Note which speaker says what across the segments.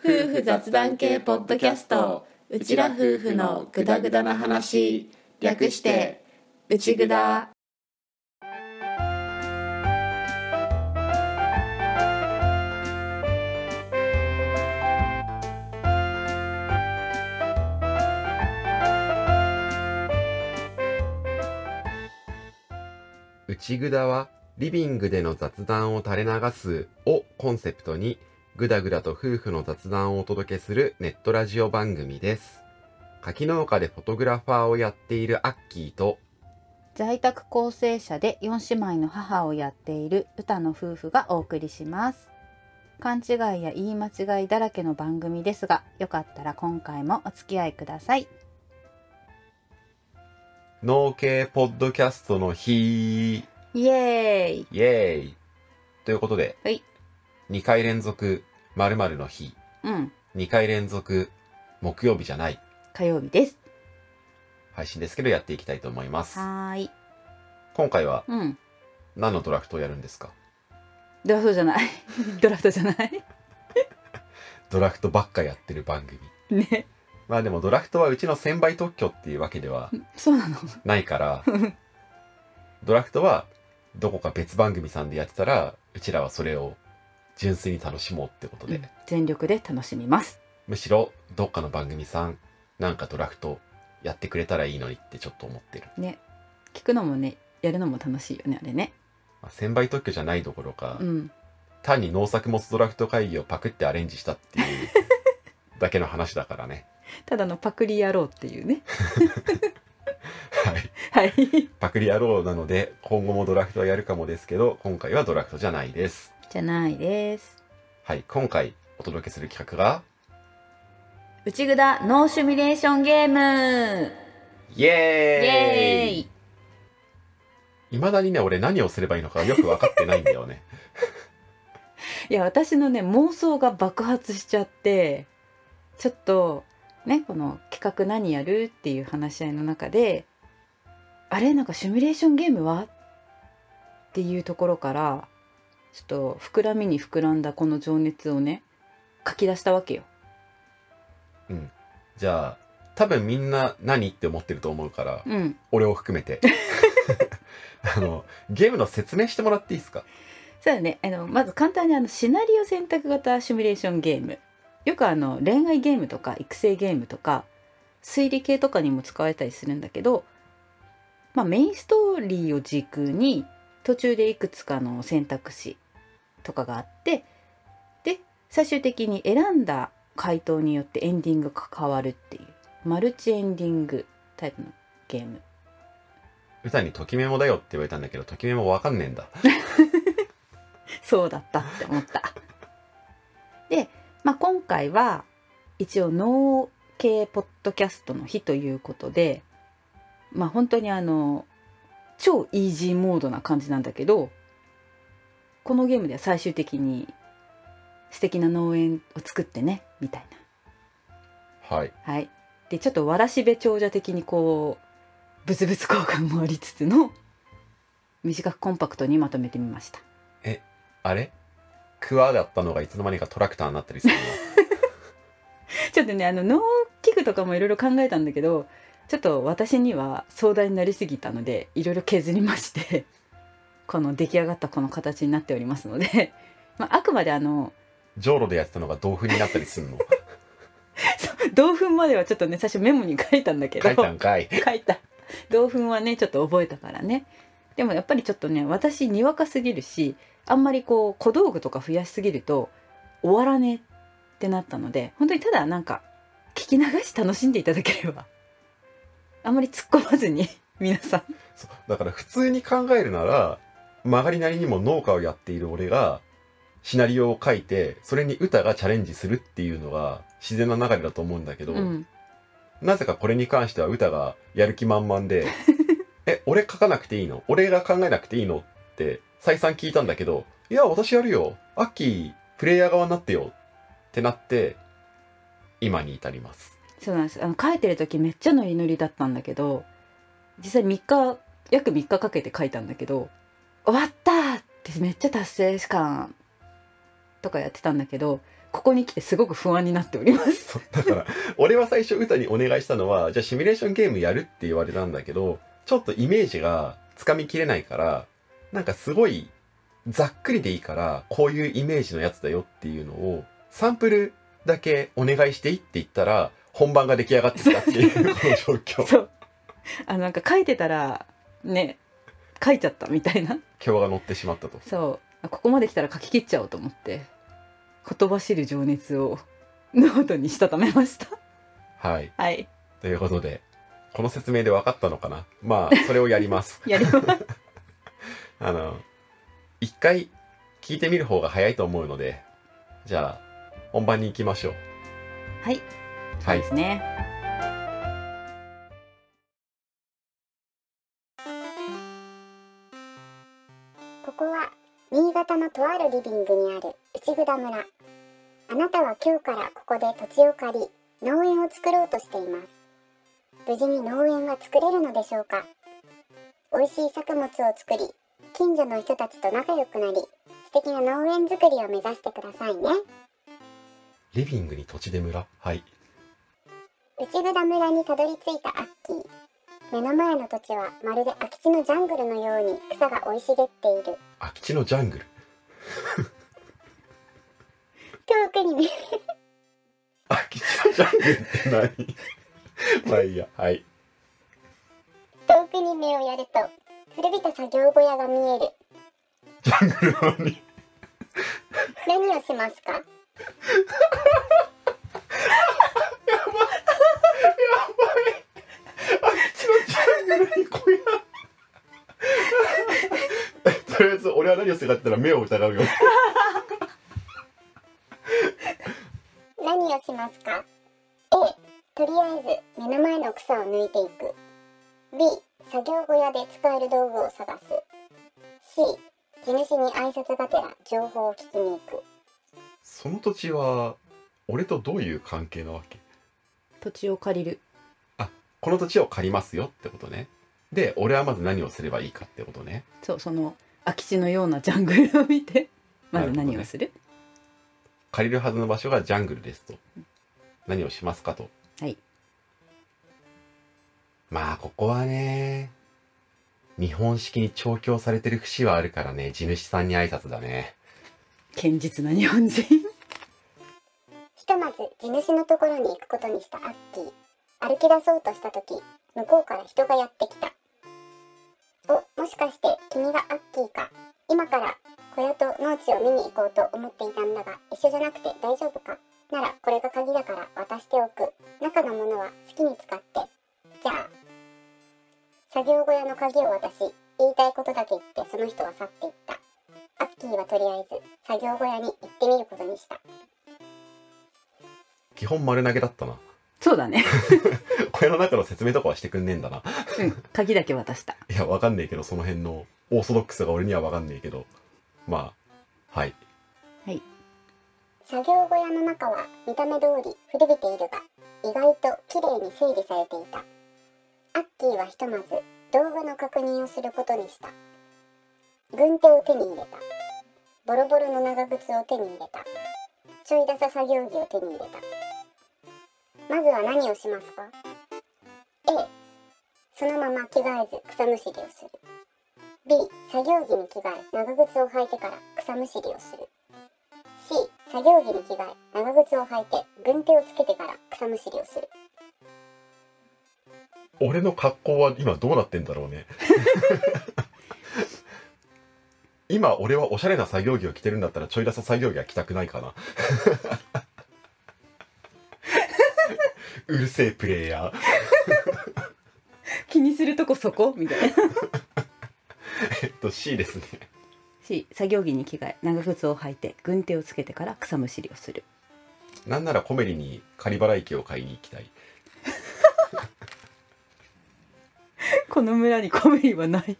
Speaker 1: 夫婦雑談系ポッドキャストうちら夫婦のグダグダな話略してうちぐだ
Speaker 2: 内ぐだはリビングでの雑談を垂れ流すをコンセプトにぐだぐだと夫婦の雑談をお届けするネットラジオ番組です柿農家でフォトグラファーをやっているアッキーと
Speaker 3: 在宅構成者で4姉妹の母をやっている歌の夫婦がお送りします勘違いや言い間違いだらけの番組ですがよかったら今回もお付き合いください
Speaker 2: 農系ポッドキャストの日
Speaker 3: イエーイ
Speaker 2: イエーイということで、
Speaker 3: はい
Speaker 2: 2回連続〇〇の日
Speaker 3: うん
Speaker 2: 2回連続木曜日じゃない
Speaker 3: 火曜日です
Speaker 2: 配信ですけどやっていきたいと思います
Speaker 3: はーい
Speaker 2: 今回は
Speaker 3: うん
Speaker 2: 何のドラフトをやるんですか
Speaker 3: ドラフトじゃ ないドラフトじゃない
Speaker 2: ドラフトばっかやってる番組
Speaker 3: ね
Speaker 2: まあでもドラフトはうちの1000倍特許っていうわけで は
Speaker 3: そうなの
Speaker 2: ないからドラフトはどこか別番組さんでやってたらうちらはそれを純粋に楽しもうってことで、
Speaker 3: うん全力で楽しみます
Speaker 2: むしろどっかの番組さんなんかドラフトやってくれたらいいのにってちょっと思ってる、
Speaker 3: ね聞くのもねやるのも楽しいよねあれね
Speaker 2: まあ、1000倍特許じゃないどころか、
Speaker 3: うん
Speaker 2: 単に農作物ドラフト会議をパクってアレンジしたっていうだけの話だからね
Speaker 3: ただのパクリ野郎っていうね
Speaker 2: はい
Speaker 3: はい
Speaker 2: パクリ野郎なので今後もドラフトはやるかもですけど今回はドラフトじゃないです
Speaker 3: じゃないです
Speaker 2: はい今回お届けする企画が
Speaker 3: 内ぐだノーシミュレーションゲーム
Speaker 2: イエーイ
Speaker 3: イエーイ
Speaker 2: いまだにね俺何をすればいいのかよく分かってないんだよね
Speaker 3: いや私のね妄想が爆発しちゃってちょっとねこの企画何やるっていう話し合いの中であれなんかシミュレーションゲームはっていうところからちょっと膨らみに膨らんだこの情熱をね書き出したわけよ。
Speaker 2: じゃあ多分みんな何って思ってると思うから
Speaker 3: うん、
Speaker 2: 俺を含めて あのゲームの説明してもらっていいですか
Speaker 3: そうだねあのまず簡単にあのシナリオ選択型シミュレーションゲームよくあの恋愛ゲームとか育成ゲームとか推理系とかにも使われたりするんだけど、まあ、メインストーリーを軸に途中でいくつかの選択肢とかがあってで最終的に選んだ回答によってエンディングが変わるっていうマルチエンディングタイプのゲーム
Speaker 2: 歌に「ときメモだよ」って言われたんだけどときメモわかんねえんだ
Speaker 3: そうだったって思った。で、まあ、今回は一応農系ポッドキャストの日ということで、まあ、本当にあの超イージーモードな感じなんだけどこのゲームでは最終的に素敵な農園を作ってねみたい
Speaker 2: はい
Speaker 3: な。はい、でちょっとわらしべ長者的にこうブツブツ交換もありつつの短くコンパクトにまとめてみました。
Speaker 2: あれクワだったのがいつの間にかトラクターになったりするの
Speaker 3: ちょっとねあの農機具とかもいろいろ考えたんだけどちょっと私には壮大になりすぎたのでいろいろ削りまして この出来上がったこの形になっておりますので、まあ、あくまであの
Speaker 2: じょうろでやってたのが豆腐になったり するの
Speaker 3: 同粉まではちょっとね最初メモに書いたんだけど
Speaker 2: 書いたんかい
Speaker 3: 書いた同粉はねちょっと覚えたからねでもやっぱりちょっとね私にわかすぎるしあんまりこう小道具とか増やしすぎると終わらねえってなったので本当にただなんか聞き流し楽しんでいただければあんまり突っ込まずに皆さん
Speaker 2: そうだから普通に考えるなら曲がりなりにも農家をやっている俺がシナリオを書いてそれに歌がチャレンジするっていうのが自然な流れだと思うんだけど、
Speaker 3: うん
Speaker 2: なぜかこれに関しては歌がやる気満々で「え俺書かなくていいの俺が考えなくていいの?」って再三聞いたんだけど「いや私やるよアッキープレイヤー側になってよ」ってなって今に至ります。
Speaker 3: そうなんですあの書いてる時めっちゃノリノリだったんだけど実際3日約3日かけて書いたんだけど終わったってめっちゃ達成感とかやってたんだけどここに来てすごく不安になっております
Speaker 2: そうだから俺は最初歌にお願いしたのはじゃあシミュレーションゲームやるって言われたんだけどちょっとイメージがつかみきれないからなんかすごいざっくりでいいからこういうイメージのやつだよっていうのをサンプルだけお願いしていって言ったら本番が出来上がってきたっていうこの状況
Speaker 3: そうあのなんか書いてたらね書いちゃったみたいな
Speaker 2: 今日が乗ってしまったと
Speaker 3: そうここまで来たら書き切っちゃおうと思って言葉知る情熱を ノートにしたためました
Speaker 2: はい
Speaker 3: はい
Speaker 2: ということでこの説明で分かったのかなまあそれをやります
Speaker 3: やります
Speaker 2: あの一回聞いてみる方が早いと思うのでじゃあ本番に行きましょう
Speaker 3: はいそう
Speaker 2: はい
Speaker 3: ですね
Speaker 4: ここは新潟のとあるリビングにある内札村あなたは今日からここで土地を借り農園を作ろうとしています無事に農園は作れるのでしょうか美味しい作物を作り近所の人たちと仲良くなり素敵な農園作りを目指してくださいね
Speaker 2: リビングに土地で村はい
Speaker 4: 内札村にたどり着いたアッキー目の前の土地はまるで空き地のジャングルのように草が生い茂っている
Speaker 2: 空き地のジャングル
Speaker 4: 遠くに見え
Speaker 2: 空き地のジャングルって何 まあいいやはい
Speaker 4: 遠くに目をやると古びた作業小屋が見える
Speaker 2: ジャングルなのに
Speaker 4: 何をしますか
Speaker 2: ジャングルに小屋 とりあえず俺は何をするかって言ったら目を疑うよ
Speaker 4: 何をしますか A とりあえず目の前の草を抜いていく B 作業小屋で使える道具を探す C 地主に挨拶がてら情報を聞きに行く
Speaker 2: その土地は俺とどういう関係なわけ
Speaker 3: 土地を借りる
Speaker 2: この土地を借りますよってことねで俺はまず何をすればいいかってことね
Speaker 3: そうその空き地のようなジャングルを見 てまず何をする
Speaker 2: 借りるはずの場所がジャングルですと何をしますかと
Speaker 3: はい
Speaker 2: まあここはね日本式に調教されてる節はあるからね地主さんに挨拶だね
Speaker 3: 堅実な日本人
Speaker 4: ひとまず地主のところに行くことにしたアッキー歩き出そうとした時向こうから人がやってきたおもしかして君がアッキーか今から小屋と農地を見に行こうと思っていたんだが一緒じゃなくて大丈夫かならこれが鍵だから渡しておく中のものは好きに使ってじゃあ作業小屋の鍵を渡し言いたいことだけ言ってその人は去っていったアッキーはとりあえず作業小屋に行ってみることにした
Speaker 2: 基本丸投げだったな
Speaker 3: そうだね、
Speaker 2: 小屋の中の説明とかはしてくんねえんだな
Speaker 3: うん、鍵だけ渡した
Speaker 2: いやわかんねえけどその辺のオーソドックスが俺にはわかんねえけどまあはい
Speaker 4: 作業小屋の中は見た目通り古びているが意外と綺麗に整理されていたアッキーはひとまず道具の確認をすることにした軍手を手に入れたボロボロの長靴を手に入れたちょいださ作業着を手に入れたまずは何をしますか A そのまま着替えず草むしりをする B 作業着に着替え長靴を履いてから草むしりをする C 作業着に着替え長靴を履いて軍手をつけてから草むしりをする
Speaker 2: 俺の格好は今どうなってんだろ うね今俺はおしゃれな作業着を着てるんだったらちょいださ作業着は着たくないかな うるせえプレイヤー
Speaker 3: 気にするとこそこみたいな
Speaker 2: えっと C ですね
Speaker 3: C 作業着に着替え長靴を履いて軍手をつけてから草むしりをする
Speaker 2: なんならコメリに仮払い機を買いに行きたい
Speaker 3: この村にコメリはない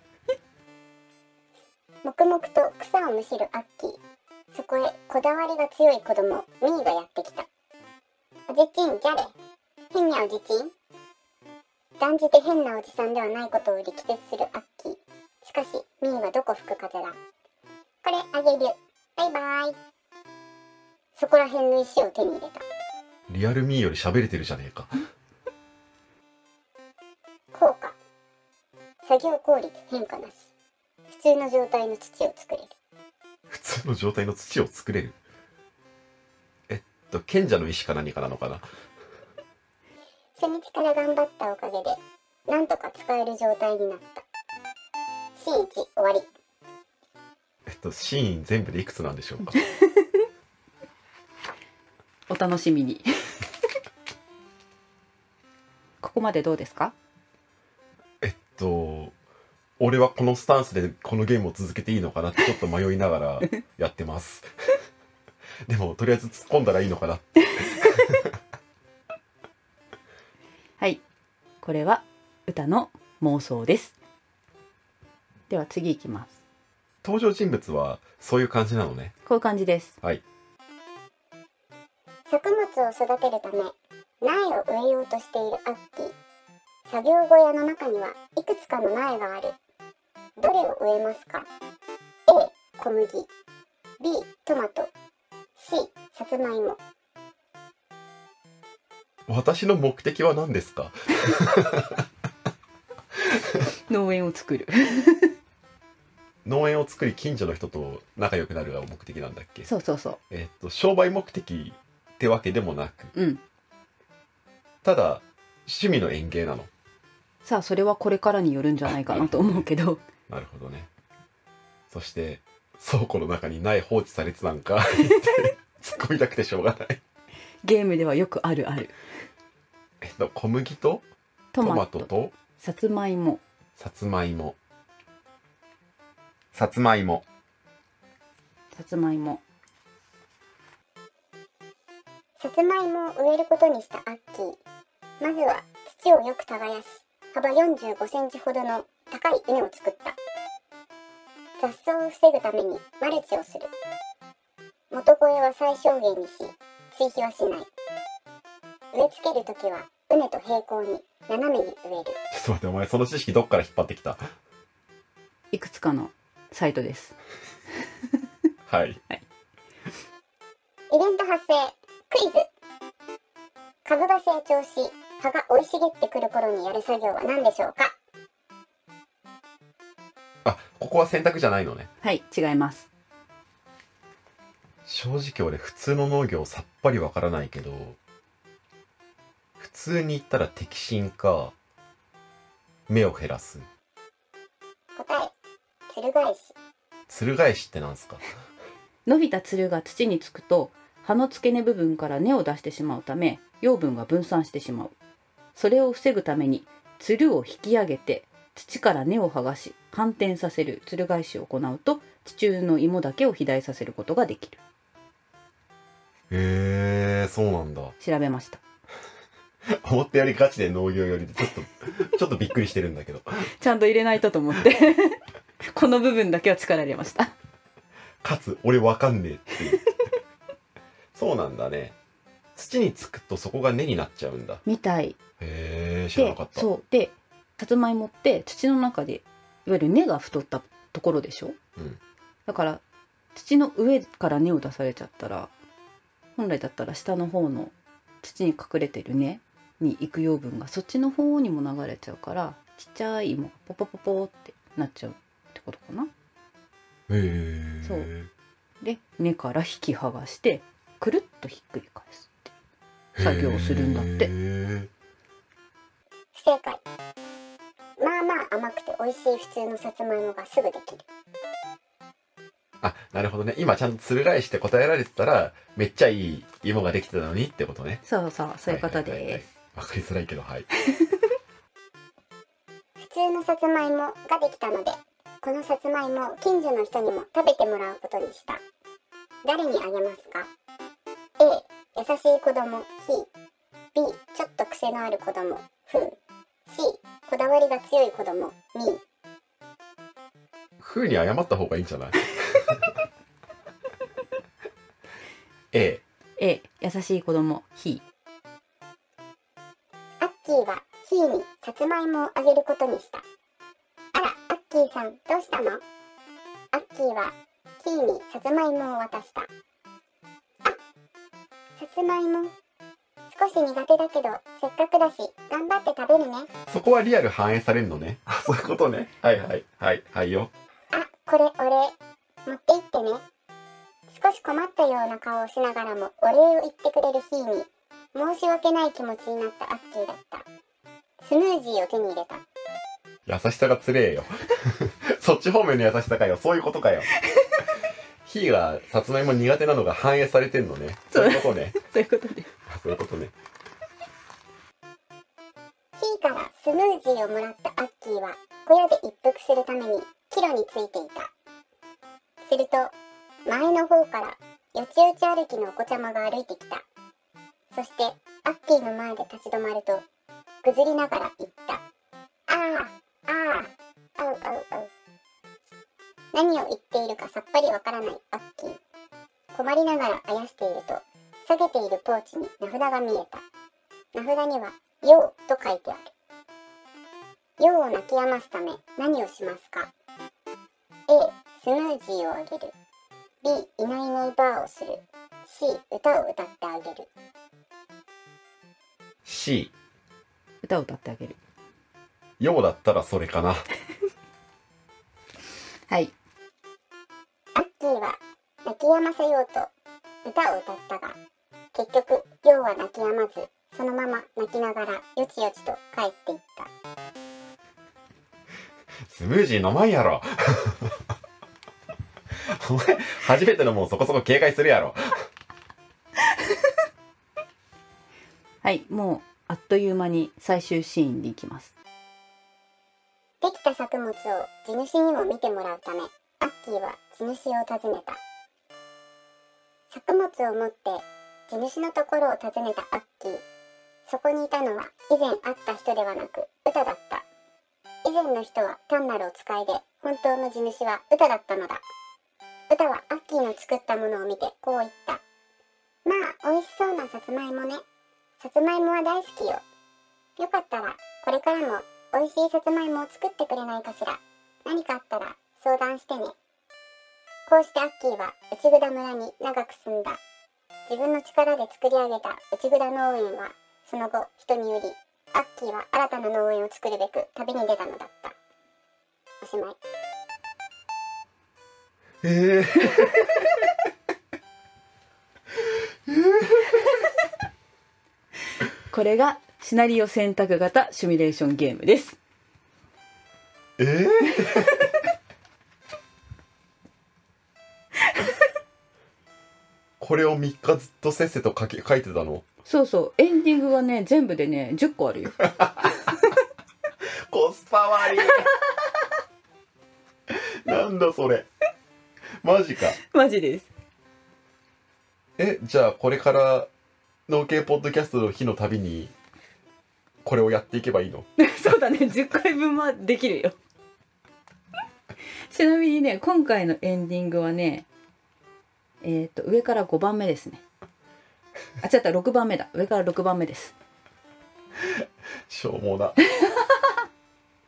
Speaker 4: 黙々と草をむしるアッキーそこへこだわりが強い子供ミーがやってきたおじちんじゃれ変なおじちん断じて変なおじさんではないことを力説するアッキーしかしミーはどこ吹く風だこれあげるバイバイそこら辺の石を手に入れた
Speaker 2: リアルミーより喋れてるじゃねえか。
Speaker 4: 効果作業効率変化なし普通の状態の土を作れる
Speaker 2: 普通の状態の土を作れる。えっと、賢者の石か何かなのかな。
Speaker 4: 初日から頑張ったおかげでなんとか使える状態になったシーン1終わり
Speaker 2: えっと、シーン全部でいくつなんでしょうか。
Speaker 3: お楽しみに ここまでどうですか
Speaker 2: えっと、俺はこのスタンスでこのゲームを続けていいのかなってちょっと迷いながらやってます。 でも、とりあえず突っ込んだらいいのかなって。
Speaker 3: はいこれは歌の妄想ですでは次いきます
Speaker 2: 登場人物はそういう感じなのね。
Speaker 3: こういう感じです
Speaker 2: はい。
Speaker 4: 作物を育てるため苗を植えようとしているアッキー作業小屋の中にはいくつかの苗があるどれを植えますか A 小麦 B トマト C さつまいも
Speaker 2: 私の目的は何ですか
Speaker 3: 農園を作る
Speaker 2: 農園を作り近所の人と仲良くなるが目的なんだっけ
Speaker 3: そうそうそ
Speaker 2: えっと、商売目的ってわけでもなく、
Speaker 3: ううん
Speaker 2: ただ、趣味の園芸なの。
Speaker 3: さあそれはこれからによるんじゃないかなと思うけど
Speaker 2: なるほどね。そして、倉庫の中に苗放置されてたんか、 突っ込みたくてしょうがない。
Speaker 3: ゲームではよくあるある
Speaker 2: えっと、小麦と
Speaker 3: ト
Speaker 2: ト
Speaker 3: マ
Speaker 2: マ
Speaker 3: ト
Speaker 2: ト
Speaker 3: と
Speaker 2: と
Speaker 3: さつまいも
Speaker 2: さつまいも。さつまいも。
Speaker 3: さつまいも
Speaker 4: さつまいもを植えることにしたアッキーまずは土をよく耕し幅4 5センチほどの高い畝を作った雑草を防ぐためにマルチをする元肥は最小限にし追肥はしない植え付けるときは畝と平行に斜めに植える
Speaker 2: ちょっと待って、お前その知識どっから引っ張ってきた
Speaker 3: いくつかのサイトです
Speaker 2: はい。
Speaker 4: イベント発生クイズ株が成長し葉が生い茂ってくる頃にやる作業は何でしょうか
Speaker 2: あ、ここは選択じゃないのね。
Speaker 3: はい違います
Speaker 2: 正直俺普通の農業さっぱりわからないけど、普通に言ったら適心か、目を減らす。
Speaker 4: 答えつる返し
Speaker 2: つる返しってなんすか
Speaker 3: 伸びたつるが土につくと葉の付け根部分から根を出してしまうため養分が分散してしまうそれを防ぐためにつるを引き上げて土から根を剥がし反転させるつる返しを行うと地中の芋だけを肥大させることができる
Speaker 2: へえー、そうなんだ。
Speaker 3: 調べました
Speaker 2: 思ったよりガチで農業よりでちょっと、ちょっとびっくりしてるんだけど。
Speaker 3: ちゃんと入れないとと思って この部分だけは力入れました
Speaker 2: かつ、俺わかんねえって いう。そうなんだね。土につくとそこが根になっちゃうんだ。
Speaker 3: みたい
Speaker 2: へえ、知ら
Speaker 3: で
Speaker 2: なかった。
Speaker 3: そうでさつまいもって土の中でいわゆる根が太ったところでしょ、
Speaker 2: うん
Speaker 3: だから土の上から根を出されちゃったら本来だったら下の方の土に隠れてる根に行く養分がそっちの方にも流れちゃうからちっちゃい芋がポポポポってなっちゃうってことかな
Speaker 2: へえ。
Speaker 3: そうで根から引き剥がしてくるっとひっくり返すって作業をするんだって
Speaker 2: へえ
Speaker 4: 不正解まあまあ甘くて美味しい普通のさつまいもがすぐできる
Speaker 2: あ、なるほどね。今ちゃんとつる返して答えられてたら、めっちゃいい芋ができてたのにってことね。
Speaker 3: そうそうそういうことです、
Speaker 2: はいはいはいはいわかりづらいけど、はい。
Speaker 4: 普通のさつまいもができたのでこのさつまいもを近所の人にも食べてもらうことにした誰にあげますか A 優しい子供ひ B ちょっと癖のある子供ふ C こだわりが強い子供み
Speaker 2: 風に謝った方がいいんじゃない え
Speaker 3: A 優しい子供ひ
Speaker 4: アッキーはひーにさつまいもをあげることにしたあらアッキーさんどうしたのアッキーはひーにさつまいもを渡したあつまいも少し苦手だけどせっかくだし頑張って食べるね
Speaker 2: そこはリアル反映されるのね。あ、そういうことね。はいはい。はい。はいよ。
Speaker 4: あこれお礼持って行ってね少し困ったような顔をしながらもお礼を言ってくれるヒーに申し訳ない気持ちになったアッキーだったスムージーを手に入れた
Speaker 2: 優しさがつれえよ。 そっち方面の優しさかよ。そういうことかよ。ヒーがさつまいも苦手なのが反映されてんのね。そういうことね。
Speaker 3: そういうことで
Speaker 2: あそういうことね。
Speaker 4: ヒーからスムージーをもらったアッキーは小屋で一服するために帰路についていたすると前の方からよちよち歩きのお子ちゃまが歩いてきたそしてアッキーの前で立ち止まるとぐずりながら言った「あーあーあうあうあう」何を言っているかさっぱりわからないアッキー困りながらあやしていると下げているポーチに名札が見えた名札には「よう」と書いてある用を泣き止ますため何をしますか A スムージーをあげる B いないいないバーをする C 歌を歌ってあげる
Speaker 2: C、
Speaker 3: 歌を歌ってあげる
Speaker 2: ようだったらそれかな。
Speaker 3: はい
Speaker 4: アッキーは泣き止ませようと歌を歌ったが結局用は泣き止まずそのまま泣きながらよちよちと帰っていった
Speaker 2: スムージー飲まんやろ。 お前、初めてのもんそこそこ警戒するやろ。
Speaker 3: はいもうあっという間に最終シーンに行きます
Speaker 4: できた作物を地主にも見てもらうためアッキーは地主を訪ねた作物を持って地主のところを訪ねたアッキーそこにいたのは以前会った人ではなく歌だった以前の人は単なるお使いで本当の地主は歌だったのだ歌はアッキーの作ったものを見てこう言ったまあ美味しそうなさつまいもねさつまいもは大好きよよかったらこれからも美味しいさつまいもを作ってくれないかしら何かあったら相談してねこうしてアッキーは内蔵村に長く住んだ自分の力で作り上げた内蔵農園はその後人に売りアッキーは新たな農園を作るべく旅に出たのだったおしまい
Speaker 2: ええ
Speaker 3: これがシナリオ選択型シミュレーションゲームです
Speaker 2: ええこれを3日ずっとせっせと書き書いてたの
Speaker 3: そうそうエンディングがね全部でね10個あるよ
Speaker 2: コスパ悪い なんだそれマジか
Speaker 3: マジです
Speaker 2: えじゃあこれから農系ポッドキャストの日のたびにこれをやっていけばいいの
Speaker 3: そうだね10回分はできるよちなみにね今回のエンディングはねえっ、と上から5番目ですねあ違った6番目だ上から6番目です
Speaker 2: しょうも な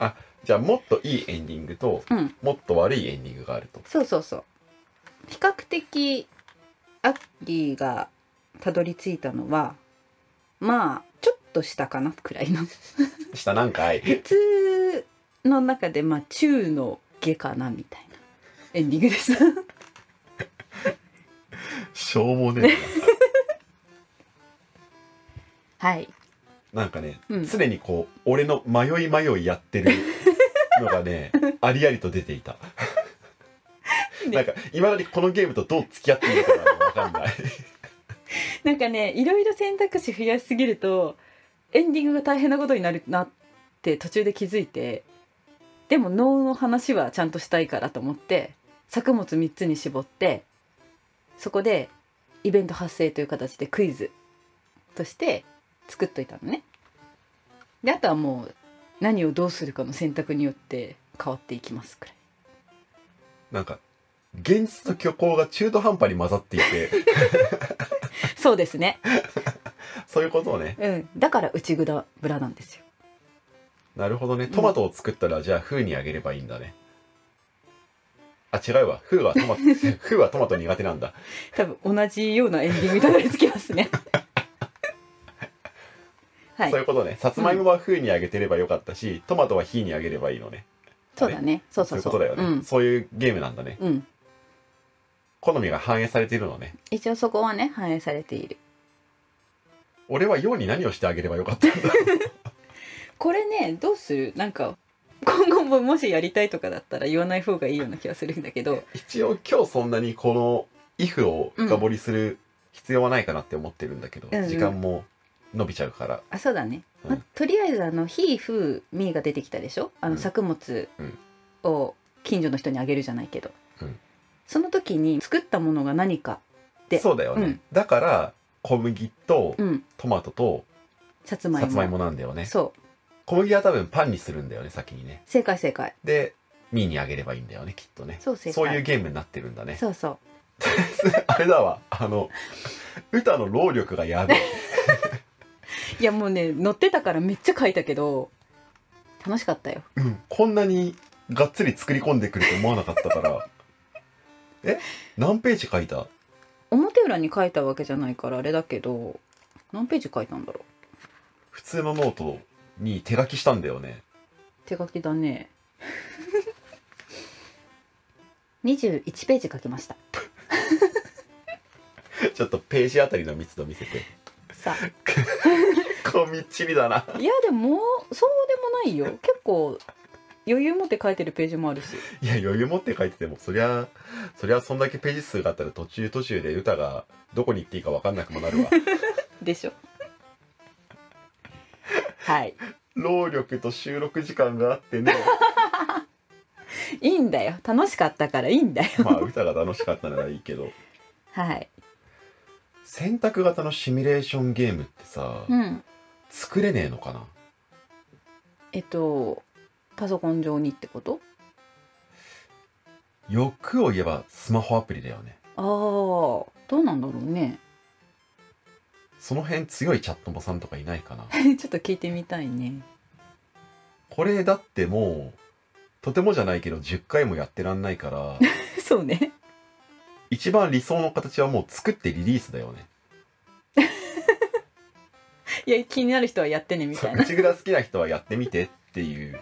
Speaker 2: あじゃあもっといいエンディングと
Speaker 3: うん
Speaker 2: もっと悪いエンディングがあると
Speaker 3: そうそうそう比較的アッキーがたどり着いたのはまあちょっと下かなくらいの
Speaker 2: 下なんか い
Speaker 3: 普通の中でまあ中の下かなみたいなエンディングです
Speaker 2: しょうもね
Speaker 3: はい
Speaker 2: えななんかね、
Speaker 3: うん
Speaker 2: 常にこう俺の迷い迷いやって るのがねありありと出ていた
Speaker 3: ね
Speaker 2: なんかいまだにこのゲームとどう付き合っていいのかがわかんない
Speaker 3: なんかねいろいろ選択肢増やしすぎるとエンディングが大変なことになるなって途中で気づいてでも能の話はちゃんとしたいからと思って作物3つに絞ってそこでイベント発生という形でクイズとして作っといたのね。であとはもう何をどうするかの選択によって変わっていきますくらい。
Speaker 2: なんか現実と虚構が中途半端に混ざっていて
Speaker 3: そうですね。
Speaker 2: そういうことをね
Speaker 3: うん。だから内蔵村なんですよ。
Speaker 2: なるほどねトマトを作ったら、じゃあフーにあげればいいんだねあ違うわ フーはトマトフーはトマト苦手なんだ
Speaker 3: 多分同じようなエンディングいただきますね。はい
Speaker 2: そういうことねさつまいもは風に揚げてればよかったし、トマトは火に揚げればいいのね
Speaker 3: そうだねそう
Speaker 2: そ
Speaker 3: そう
Speaker 2: いううこ
Speaker 3: そう
Speaker 2: とだよね、
Speaker 3: うん
Speaker 2: そういうゲームなんだね
Speaker 3: うん、
Speaker 2: 好みが反映されているのね
Speaker 3: 一応そこはね反映されている
Speaker 2: 俺はように何をしてあげればよかったんだ
Speaker 3: これねどうするなんか今後ももしやりたいとかだったら言わない方がいいような気がするんだけど
Speaker 2: 一応今日そんなにこの「if」を深掘りする必要はないかなって思ってるんだけど、
Speaker 3: うんうん
Speaker 2: 時間も伸びちゃうから
Speaker 3: あそうだね、
Speaker 2: うん
Speaker 3: まとりあえずあの「ひ」「ふ」「み」が出てきたでしょあの、
Speaker 2: うん
Speaker 3: 作物
Speaker 2: うん
Speaker 3: を近所の人にあげるじゃないけど、
Speaker 2: うん
Speaker 3: その時に作ったものが何かで
Speaker 2: そうだよね、
Speaker 3: うん
Speaker 2: だから小麦と
Speaker 3: うん
Speaker 2: トマトと
Speaker 3: さつまい
Speaker 2: さ
Speaker 3: も
Speaker 2: つまいもなんだよね
Speaker 3: そう
Speaker 2: 小麦は多分パンにするんだよね先にね
Speaker 3: 正解正解
Speaker 2: でミーにあげればいいんだよねきっとね
Speaker 3: そう正解
Speaker 2: いうゲームになってるんだね
Speaker 3: そうそう
Speaker 2: あれだわあの歌の労力がやべえ
Speaker 3: いやもうね乗ってたからめっちゃ書いたけど楽しかったよ
Speaker 2: うん、こんなにがっつり作り込んでくると思わなかったからえ何ページ書いた
Speaker 3: 表裏に書いたわけじゃないからあれだけど何ページ書いたんだろう
Speaker 2: 普通のノートに手書きしたんだよね
Speaker 3: 手書きだね 21ページ書きました
Speaker 2: ちょっとページあたりの密度見せて
Speaker 3: さあ
Speaker 2: こうみっちりだない
Speaker 3: やでもそうでもないよ結構余裕持って書いてるページもあるし
Speaker 2: いや余裕持って書いててもそりゃそりゃそんだけページ数があったら途中途中で歌がどこに行っていいか分かんなくもなるわ
Speaker 3: でしょはい
Speaker 2: 労力と収録時間があってね
Speaker 3: いいんだよ楽しかったからいいんだよ
Speaker 2: まあ歌が楽しかったならいいけど
Speaker 3: はい
Speaker 2: 選択型のシミュレーションゲームってさ、
Speaker 3: うん
Speaker 2: 作れねえのかな
Speaker 3: えっとパソコン上にってこと
Speaker 2: 欲を言えばスマホアプリだよね
Speaker 3: ああどうなんだろうね
Speaker 2: その辺強いチャットもさんとかいないかな
Speaker 3: ちょっと聞いてみたいね
Speaker 2: これだってもうとてもじゃないけど10回もやってらんないから
Speaker 3: そうね
Speaker 2: 一番理想の形はもう作ってリリースだよね
Speaker 3: いや気になる人はやってねみたいな
Speaker 2: 口ぐら好きな人はやってみてっていう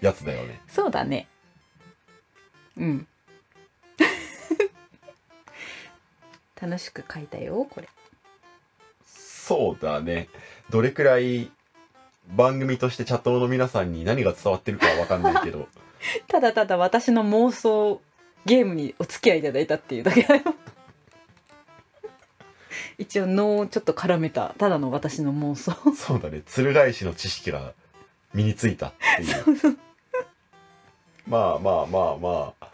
Speaker 2: やつだよね
Speaker 3: そうだねうん 楽しく書いたよこれ
Speaker 2: そうだねどれくらい番組としてチャットの皆さんに何が伝わってるかは分かんないけ ど
Speaker 3: ただただ私の妄想ゲームにお付き合いいただいたっていうだけ だよ一応脳をちょっと絡めたただの私の妄想
Speaker 2: そうだね鶴返しの知識が身についたって いうまあまあまあまあ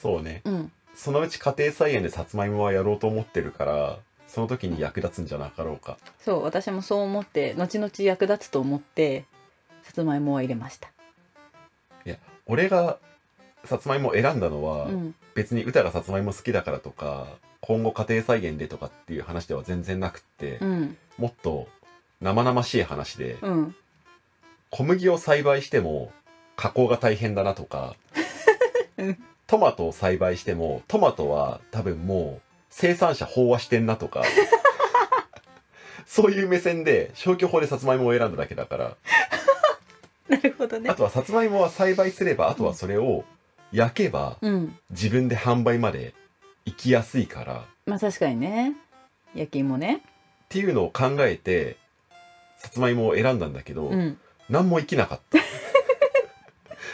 Speaker 2: そうね
Speaker 3: うん
Speaker 2: そのうち家庭菜園でさつまいもはやろうと思ってるからその時に役立つんじゃなかろうか
Speaker 3: そう私もそう思って後々役立つと思ってさつまいもは入れました
Speaker 2: 俺がさつまいもを選んだのは、
Speaker 3: うん
Speaker 2: 別に歌がさつまいも好きだからとか今後家庭菜園でとかっていう話では全然なくって、
Speaker 3: うん
Speaker 2: もっと生々しい話で、
Speaker 3: うん
Speaker 2: 小麦を栽培しても加工が大変だなとか
Speaker 3: うん
Speaker 2: トマトを栽培してもトマトは多分もう生産者飽和してんなと かそういう目線で消去法でさつまいもを選んだだけだから
Speaker 3: なるほどね
Speaker 2: あとはさつまいもは栽培すればあとはそれを焼けば
Speaker 3: うん
Speaker 2: 自分で販売まで行きやすいからっ
Speaker 3: まあ確かにね焼き芋ね
Speaker 2: ていうのを考えてさつまいもを選んだんだけど、
Speaker 3: うん
Speaker 2: 何も生きなかっ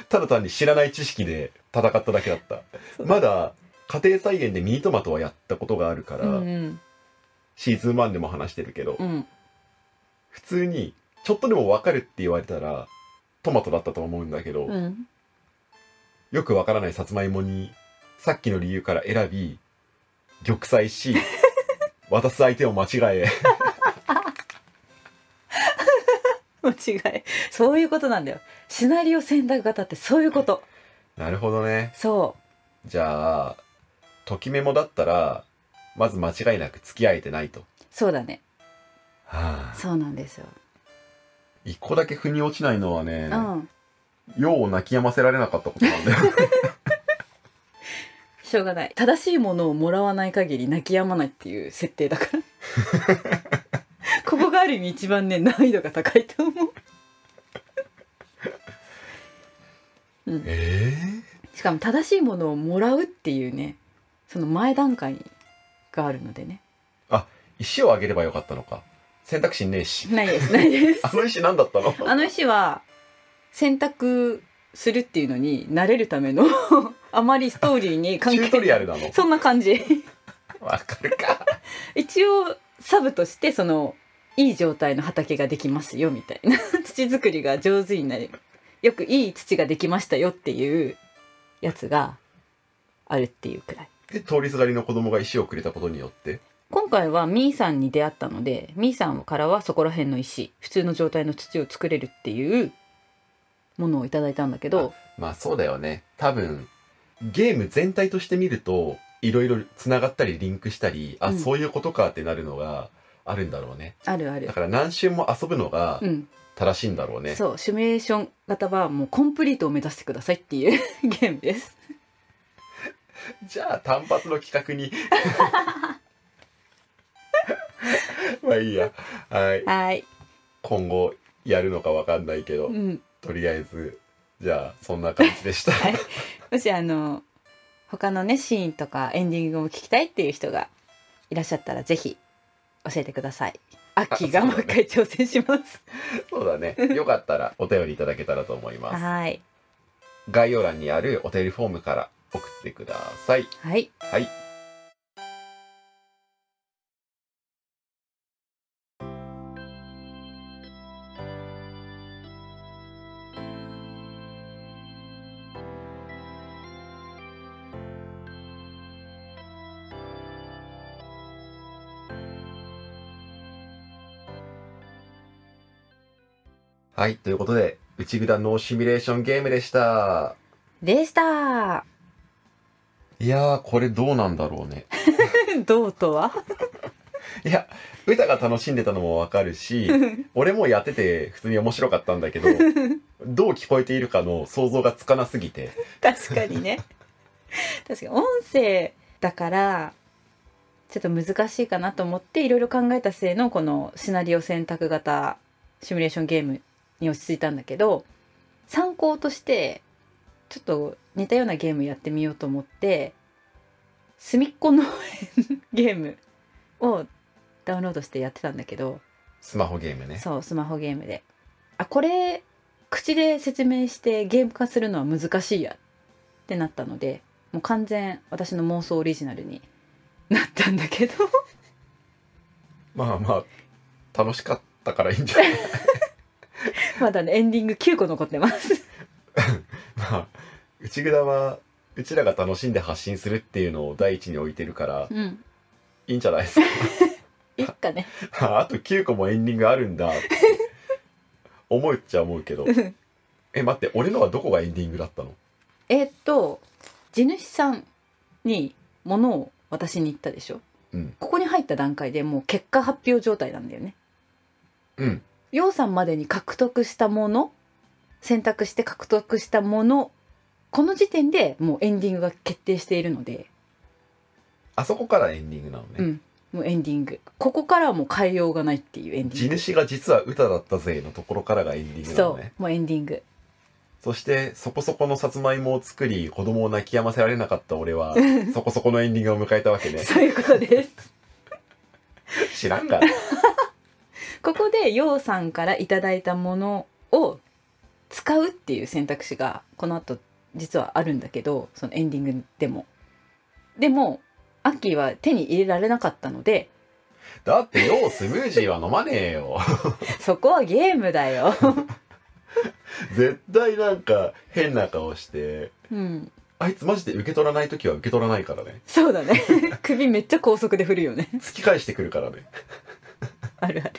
Speaker 2: た ただ単に知らない知識で戦っただけだった
Speaker 3: そう
Speaker 2: まだ家庭菜園でミニトマトはやったことがあるか
Speaker 3: う
Speaker 2: ら、
Speaker 3: んうん
Speaker 2: シーズン1でも話してるけど、
Speaker 3: うん
Speaker 2: 普通にちょっとでも分かるって言われたらトマトだったと思うんだけど、
Speaker 3: うん
Speaker 2: よくわからないさつまいもにさっきの理由から選び玉砕 し渡す相手を間違え
Speaker 3: 間違いそういうことなんだよシナリオ選択型ってそういうこと
Speaker 2: なるほどね
Speaker 3: そ
Speaker 2: じゃあときメモだったらまず間違いなく付き合えてないと
Speaker 3: うそうだね
Speaker 2: はあ
Speaker 3: そうなんですよ、
Speaker 2: 一個だけ腑に落ちないのはね、
Speaker 3: うん
Speaker 2: よう泣き止ませられなかったことなんだ よ
Speaker 3: しょうがない正しい ものをもらわない限り泣き止まないっていう設定だからここがある意味一番ね難易度が高いと思う
Speaker 2: え
Speaker 3: しかも正しいものをもらうっていうねその前段階があるので ね
Speaker 2: ー、石をあげればよかったのか選択肢ねえし
Speaker 3: ないですないです
Speaker 2: あの石何だったの
Speaker 3: あの石は選択するっていうのに慣れるための あまりストーリーに関
Speaker 2: チ
Speaker 3: 係
Speaker 2: ュ
Speaker 3: ない
Speaker 2: ートリアルなの
Speaker 3: そんな感じ
Speaker 2: わかるか
Speaker 3: 一応サブとしてそのいい状態の畑ができますよみたいな 土作りが上手になるよくいい土ができましたよっていうやつがあるっていうくらい
Speaker 2: で通りすがりの子供が石をくれたことによって
Speaker 3: 今回はミーさんに出会ったのでミーさんからはそこら辺の石普通の状態の土を作れるっていうものをいただいたんだけど
Speaker 2: まあそうだよね多分ゲーム全体として見るといろいろつながったりリンクしたりあ、
Speaker 3: うん
Speaker 2: そういうことかってなるのがあるんだろうね
Speaker 3: あるある
Speaker 2: だから何周も遊ぶのが
Speaker 3: うん
Speaker 2: 正しいんだろうね、
Speaker 3: そうシミュレーション型はもうコンプリートを目指してくださいっていう ゲームです
Speaker 2: じゃあ単発の企画に まあいいやはい
Speaker 3: はい、
Speaker 2: 今後やるのかわかんないけど、
Speaker 3: うん、
Speaker 2: とりあえずじゃあそんな感じで した、
Speaker 3: はいもしあの他のねシーンとかエンディングも聞きたいっていう人がいらっしゃったらぜひ教えてくださいアッキーが
Speaker 2: あそう
Speaker 3: も
Speaker 2: だ
Speaker 3: う
Speaker 2: ね
Speaker 3: 一回挑戦します、
Speaker 2: そうだねよかったらお便りいただけたらと思います
Speaker 3: はい
Speaker 2: 概要欄にあるお便りフォームから送ってください
Speaker 3: はい
Speaker 2: はいはいということで内札ノーシミュレーションゲームでした
Speaker 3: でした
Speaker 2: いやーこれどうなんだろうね
Speaker 3: どうとはい
Speaker 2: や歌が楽しんでたのもわかるし俺もやってて普通に面白かったんだけどどう聞こえているかの想像がつかなすぎて
Speaker 3: 確かにね確かに音声だからちょっと難しいかなと思っていろいろ考えた末のこのシナリオ選択型シミュレーションゲームに落ち着いたんだけど参考としてちょっと似たようなゲームやってみようと思って「すみっこ農園ゲーム」をダウンロードしてやってたんだけど
Speaker 2: スマホゲームね
Speaker 3: そうスマホゲームであこれ口で説明してゲーム化するのは難しいやってなったのでもう完全私の妄想オリジナルになったんだけど
Speaker 2: まあまあ楽しかったからいいんじゃない
Speaker 3: まだねエンディング9個残ってます
Speaker 2: まあ内蔵はうちらが楽しんで発信するっていうのを第一に置いてるから
Speaker 3: うん
Speaker 2: いいんじゃないですか
Speaker 3: いっかね
Speaker 2: ああと9個もエンディングあるんだって思うっちゃ思うけど
Speaker 3: うん
Speaker 2: え待って俺のはどこがエンディングだったの
Speaker 3: えーっと地主さんに物を渡しに行ったでしょ、
Speaker 2: うん
Speaker 3: ここに入った段階でもう結果発表状態なんだよね
Speaker 2: うん
Speaker 3: ようさんまでに獲得したもの選択して獲得したものこの時点でもうエンディングが決定しているので、
Speaker 2: あそこからエンディングなのね、
Speaker 3: うん、もうエンディングここからはもう変えようがないっていうエンディ
Speaker 2: 地
Speaker 3: ング
Speaker 2: 主が実は歌だったぜのところからがエンディングなの
Speaker 3: そ
Speaker 2: ね
Speaker 3: うもうエンディング
Speaker 2: そしてそこそこのさつまいもを作り子供を泣き止ませられなかった俺 はそこそこのエンディングを迎えたわけね
Speaker 3: そういうことです
Speaker 2: 知らんが
Speaker 3: ここでようさんからいただいたものを使うっていう選択肢がこの後実はあるんだけどそのエンディングでもでもアッキーは手に入れられなかったの で
Speaker 2: だってようスムージーは飲まねえよ
Speaker 3: そこはゲームだよ、
Speaker 2: 絶対なんか変な顔して
Speaker 3: うん、
Speaker 2: あいつマジで受け取らない時は受け取らないからね
Speaker 3: そうだね 首めっちゃ高速で振るよね
Speaker 2: 突き返してくるからね
Speaker 3: あるある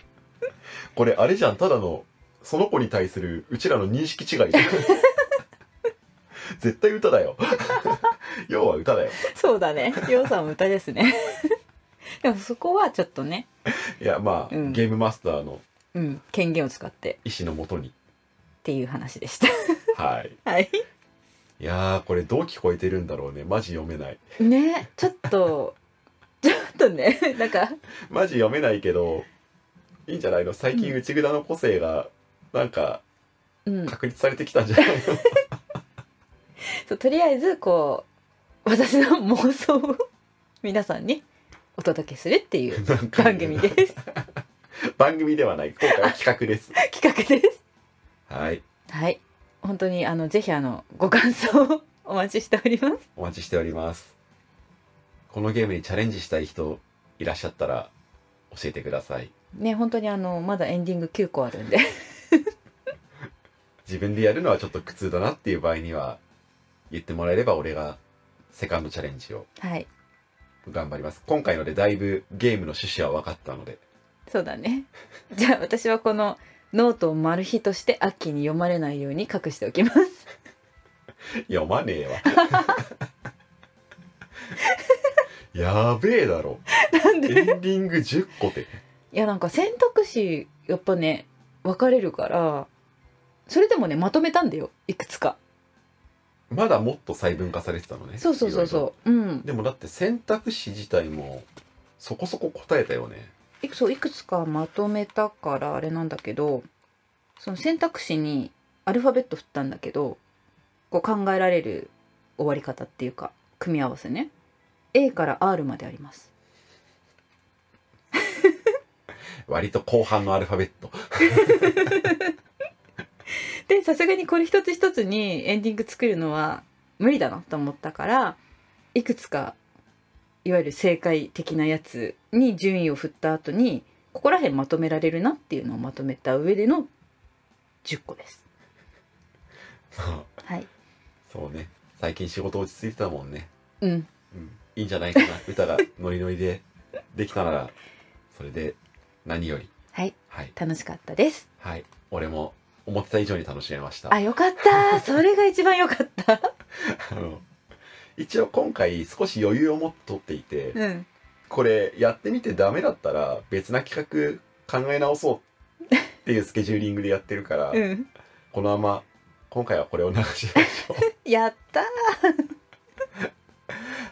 Speaker 2: これあれじゃんただのその子に対するうちらの認識 違い絶対歌だよ 要は歌だよ
Speaker 3: そうだねようさんも歌ですね でもそこはちょっとね、
Speaker 2: いやまあ、
Speaker 3: うん
Speaker 2: ゲームマスターの
Speaker 3: うん、権限を使って
Speaker 2: 意思のもとに
Speaker 3: っていう話でした
Speaker 2: はい
Speaker 3: はい
Speaker 2: いやーこれどう聞こえてるんだろうねマジ読めない
Speaker 3: ね ちょっとちょっとねなんか
Speaker 2: マジ読めないけどいいんじゃないの最近
Speaker 3: うん
Speaker 2: 内札の個性がなんか
Speaker 3: うん、
Speaker 2: 確立されてきたんじゃないの、
Speaker 3: そうとりあえずこう私の妄想を 皆さんにお届けするっていう
Speaker 2: なんか
Speaker 3: 番組です
Speaker 2: 番組ではない今回は企画です
Speaker 3: 企画です
Speaker 2: はい
Speaker 3: はい本当にあのぜひあのご感想をお待ちしております
Speaker 2: お待ちしておりますこのゲームにチャレンジしたい人いらっしゃったら教えてください
Speaker 3: ね本当にあのまだエンディング9個あ るんで
Speaker 2: 自分でやるのはちょっと苦痛だなっていう場合には言ってもらえれば俺がセカンドチャレンジを
Speaker 3: はい
Speaker 2: 頑張ります今回のでだいぶゲームの趣旨は分かったので
Speaker 3: そうだねじゃあ私はこのノートをマル秘としてアッキーに読まれないように隠しておきます
Speaker 2: 読まねえ わやべえだろ
Speaker 3: なん
Speaker 2: エ
Speaker 3: で
Speaker 2: ンディング10個で
Speaker 3: いやなんか選択肢やっぱね分かれるからそれでもねまとめたんだよいくつか
Speaker 2: まだもっと細分化されてたのね
Speaker 3: そうそうそうそううん
Speaker 2: でもだって選択肢自体もそこそこ答えたよね
Speaker 3: いくそういくつかまとめたからあれなんだけどその選択肢にアルファベット振ったんだけどこう考えられる終わり方っていうか組み合わせね A から R まであります
Speaker 2: 割と後半のアルファベット
Speaker 3: でさすがにこれ一つ一つにエンディング作るのは無理だなと思ったからいくつかいわゆる正解的なやつに順位を振った後にここら辺まとめられるなっていうのをまとめた上での10個です。
Speaker 2: まあ
Speaker 3: はい、
Speaker 2: そうね最近仕事落ち着いてたもんね、
Speaker 3: うん
Speaker 2: うん、いいんじゃないかな歌がノリノリでできたならそれで何より
Speaker 3: はい、
Speaker 2: はい
Speaker 3: 楽しかったです。
Speaker 2: はい俺も思ってた以上に楽しめました
Speaker 3: あ、よか った。それが一番よかった。
Speaker 2: あの一応今回少し余裕を持って撮っていて、
Speaker 3: うん。
Speaker 2: これやってみてダメだったら別な企画考え直そうって いうスケジューリングでやってるから、
Speaker 3: うん。
Speaker 2: このまま今回はこれを流しまし ょう。
Speaker 3: やったー。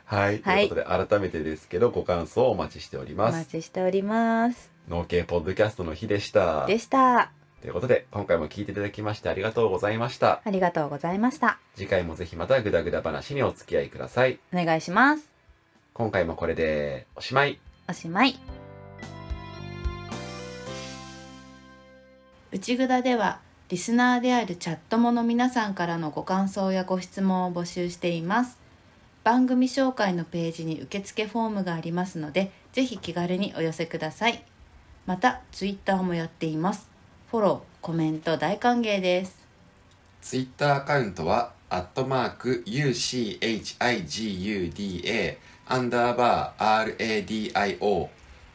Speaker 2: はい、
Speaker 3: はい
Speaker 2: ということで改めてですけどご感想をお待ちしており
Speaker 3: お
Speaker 2: ま
Speaker 3: 待
Speaker 2: す。
Speaker 3: ちしております。
Speaker 2: 農系ポッドキャストの日でした。
Speaker 3: でした。
Speaker 2: ということで今回も聞いていただきましてありがとうございました。
Speaker 3: ありがとうございました。
Speaker 2: 次回もぜひまたグダグダ話にお付き合いください。
Speaker 3: お願いします。
Speaker 2: 今回もこれでおしまい。
Speaker 3: おしまい。
Speaker 1: 内蔵ではリスナーであるチャットもの皆さんからのご感想やご質問を募集しています番組紹介のページに受付フォームがありますのでぜひ気軽にお寄せくださいまたツイッターもやっていますフォローコメント大歓迎です
Speaker 5: ツイッターアカウントは、アットマーク UCHIGUDA アンダーバー RADIO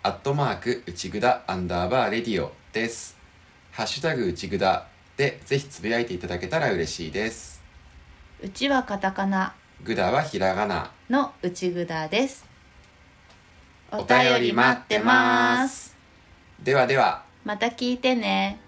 Speaker 5: アットマーク内ぐだアンダーバーレディオです。ハッシュタグ内ぐだでぜひつぶやいていただけたら嬉しいです。
Speaker 1: うちはカタカナ
Speaker 5: ぐだはひらがな。
Speaker 1: の内蔵ですお
Speaker 5: お便り待ってます。ではでは。
Speaker 1: また聞いてね